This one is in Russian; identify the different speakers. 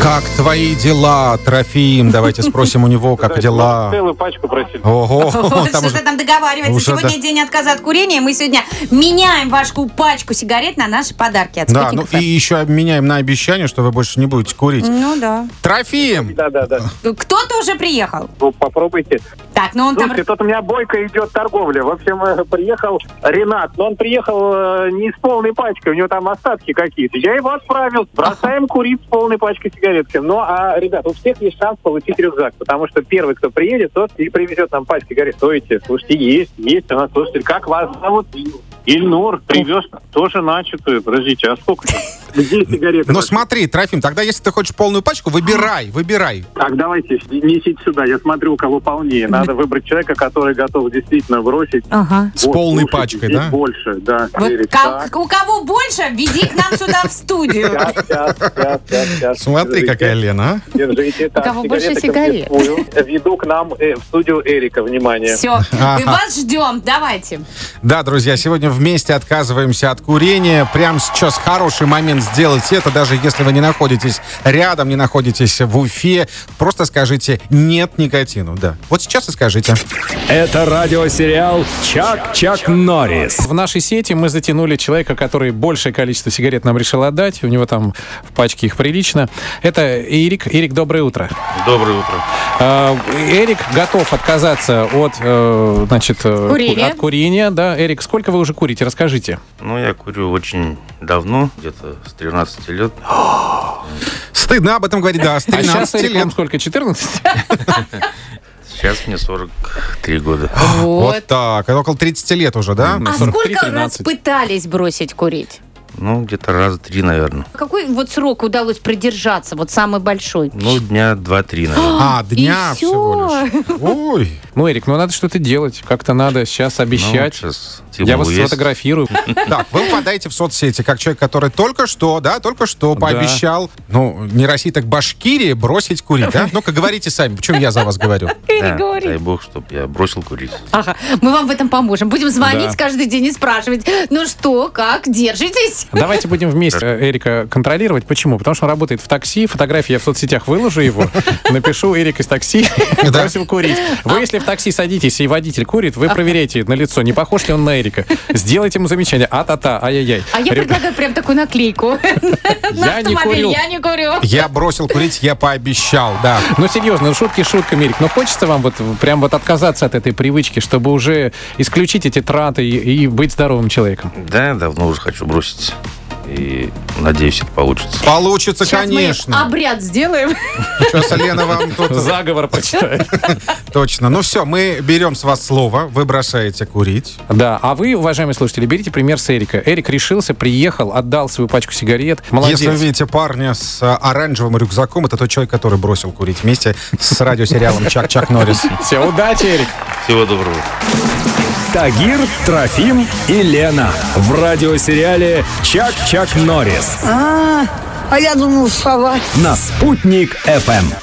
Speaker 1: Как твои дела, Трофим? Давайте спросим у него, как
Speaker 2: Да,
Speaker 1: дела.
Speaker 2: Целую пачку просили.
Speaker 1: Ого,
Speaker 3: Вот
Speaker 1: там
Speaker 3: Что-то
Speaker 1: уже...
Speaker 3: там договаривается.
Speaker 1: уже
Speaker 3: Сегодня
Speaker 1: да.
Speaker 3: день отказа от курения. Мы сегодня меняем вашу пачку сигарет на наши подарки от
Speaker 1: Да, ну
Speaker 3: Спутник
Speaker 1: и
Speaker 3: FM.
Speaker 1: еще обменяем на обещание, что вы больше не будете курить.
Speaker 3: Ну да.
Speaker 1: Трофим!
Speaker 2: Да, да, да.
Speaker 3: Кто-то уже приехал.
Speaker 2: Ну, попробуйте.
Speaker 3: Так, ну он там...
Speaker 2: Слушайте, тут у меня бойко идет торговля. В общем, э, приехал Ренат, но он приехал э, не с полной пачкой, у него там остатки какие-то. Я его отправил, бросаем курить с полной пачкой сигарет. всем. Ну, а, ребят, у всех есть шанс получить рюкзак, потому что первый, кто приедет, тот и привезет нам пачки сигарет. Стойте, слушайте, есть, есть у нас слушатель. Как вас зовут? Ильнур, привез тоже начатую. Подождите, а сколько? Где сигареты?
Speaker 1: Ну смотри, Трофим, тогда если ты хочешь полную пачку, выбирай, выбирай.
Speaker 2: Так, давайте, несите сюда. Я смотрю, у кого полнее. Надо выбрать человека, который готов действительно бросить.
Speaker 3: Ага.
Speaker 1: С полной пачкой,
Speaker 2: здесь
Speaker 1: да?
Speaker 2: больше, да.
Speaker 3: Вот
Speaker 2: Верит.
Speaker 3: ко- у кого больше, веди к нам сюда в студию.
Speaker 2: Так, щас, щас, щас, щас.
Speaker 1: Смотри,
Speaker 2: Держите,
Speaker 1: какая Лена, а.
Speaker 2: Держите. Так,
Speaker 4: У кого больше
Speaker 2: сигареты конфискую. Веду к нам э, в студию Эрика, внимание.
Speaker 3: Все,
Speaker 1: Ага.
Speaker 3: мы вас ждем, давайте.
Speaker 1: а? Да, друзья, сегодня вместе отказываемся от курения. Прямо сейчас хороший момент сделать это, даже если вы не находитесь рядом, не находитесь в Уфе. Просто скажите «нет никотину», да. Вот сейчас и скажите.
Speaker 5: Это радиосериал «Чак-Чак Норрис».
Speaker 6: В нашей сети мы затянули человека, который большее количество сигарет нам решил отдать. У него там в пачке их прилично. Это Ирик. Ирик, доброе утро.
Speaker 7: Доброе утро.
Speaker 6: Э, Эрик готов отказаться от, э, значит, э,
Speaker 4: Курения.
Speaker 6: ку- от курения. Да, Эрик, сколько вы уже курите? Расскажите.
Speaker 7: Ну, я курю очень давно, где-то с 13 лет.
Speaker 1: Стыдно об этом говорить, да, с
Speaker 6: А сейчас
Speaker 1: 13
Speaker 6: Эрик,
Speaker 1: лет.
Speaker 6: вам сколько? 14?
Speaker 7: Сейчас мне 43 года.
Speaker 4: Вот.
Speaker 1: Вот так, около 30 лет уже, да?
Speaker 4: А
Speaker 6: 43,
Speaker 4: сколько раз
Speaker 6: 13.
Speaker 4: пытались бросить курить?
Speaker 7: Ну, где-то раз три, наверное.
Speaker 4: Какой вот срок удалось продержаться? Вот самый большой.
Speaker 7: Ну, дня два-три, Ну, наверное.
Speaker 1: А, дня
Speaker 4: И
Speaker 1: всего лишь. Ой.
Speaker 6: Ну, Эрик, ну надо что-то делать. Как-то надо сейчас обещать.
Speaker 7: сейчас
Speaker 6: Я вас сфотографирую.
Speaker 1: Так, вы попадаете в соцсети как человек, который только что, да, только что пообещал, ну, не России, так Башкирии бросить курить, да? Ну-ка, говорите сами, почему я за вас говорю?
Speaker 4: говорит.
Speaker 7: дай бог, чтоб я бросил курить.
Speaker 4: Ага, мы вам в этом поможем. Будем звонить
Speaker 6: Да.
Speaker 4: каждый день и спрашивать, ну что, как, держитесь?
Speaker 6: Давайте будем вместе э, Эрика контролировать. Почему? Потому что он работает в такси. Фотографии я в соцсетях выложу его. Напишу Эрик из такси.
Speaker 1: Да. А.
Speaker 6: Просим курить. Вы, если в такси садитесь и водитель курит, вы проверяете на лицо, не похож ли он на Эрика. Сделайте ему замечание. А-та-та, ай-яй-яй.
Speaker 4: А я
Speaker 6: Ребят,
Speaker 4: предлагаю прям такую наклейку. На
Speaker 6: Я не
Speaker 4: автомобиль
Speaker 6: курю.
Speaker 4: я не курю.
Speaker 1: Я бросил курить, я пообещал, да.
Speaker 6: Ну, серьезно, ну, шутки шутками, Эрик. Но хочется вам вот прям вот отказаться от этой привычки, чтобы уже исключить эти траты и, и быть здоровым человеком.
Speaker 7: Да, давно уже хочу бросить. И надеюсь, это получится.
Speaker 1: Получится,
Speaker 4: Сейчас мы
Speaker 1: конечно.
Speaker 4: обряд сделаем.
Speaker 1: Сейчас Лена вам тут...
Speaker 6: Заговор почитает.
Speaker 1: Точно. Ну все, мы берем с вас слово, вы бросаете курить.
Speaker 6: Да, а вы, уважаемые слушатели, берите пример с Эрика. Эрик решился, приехал, отдал свою пачку сигарет. Молодец.
Speaker 1: Если вы видите парня с а, оранжевым рюкзаком, это тот человек, который бросил курить вместе с радиосериалом «Чак-Чак Норрис».
Speaker 6: Все, удачи, Эрик.
Speaker 7: Всего доброго.
Speaker 5: Тагир, Трофим и Лена в радиосериале «Чак-Чак Норрис»
Speaker 8: А, а я думал совать.
Speaker 5: на «Спутник Эм». FM.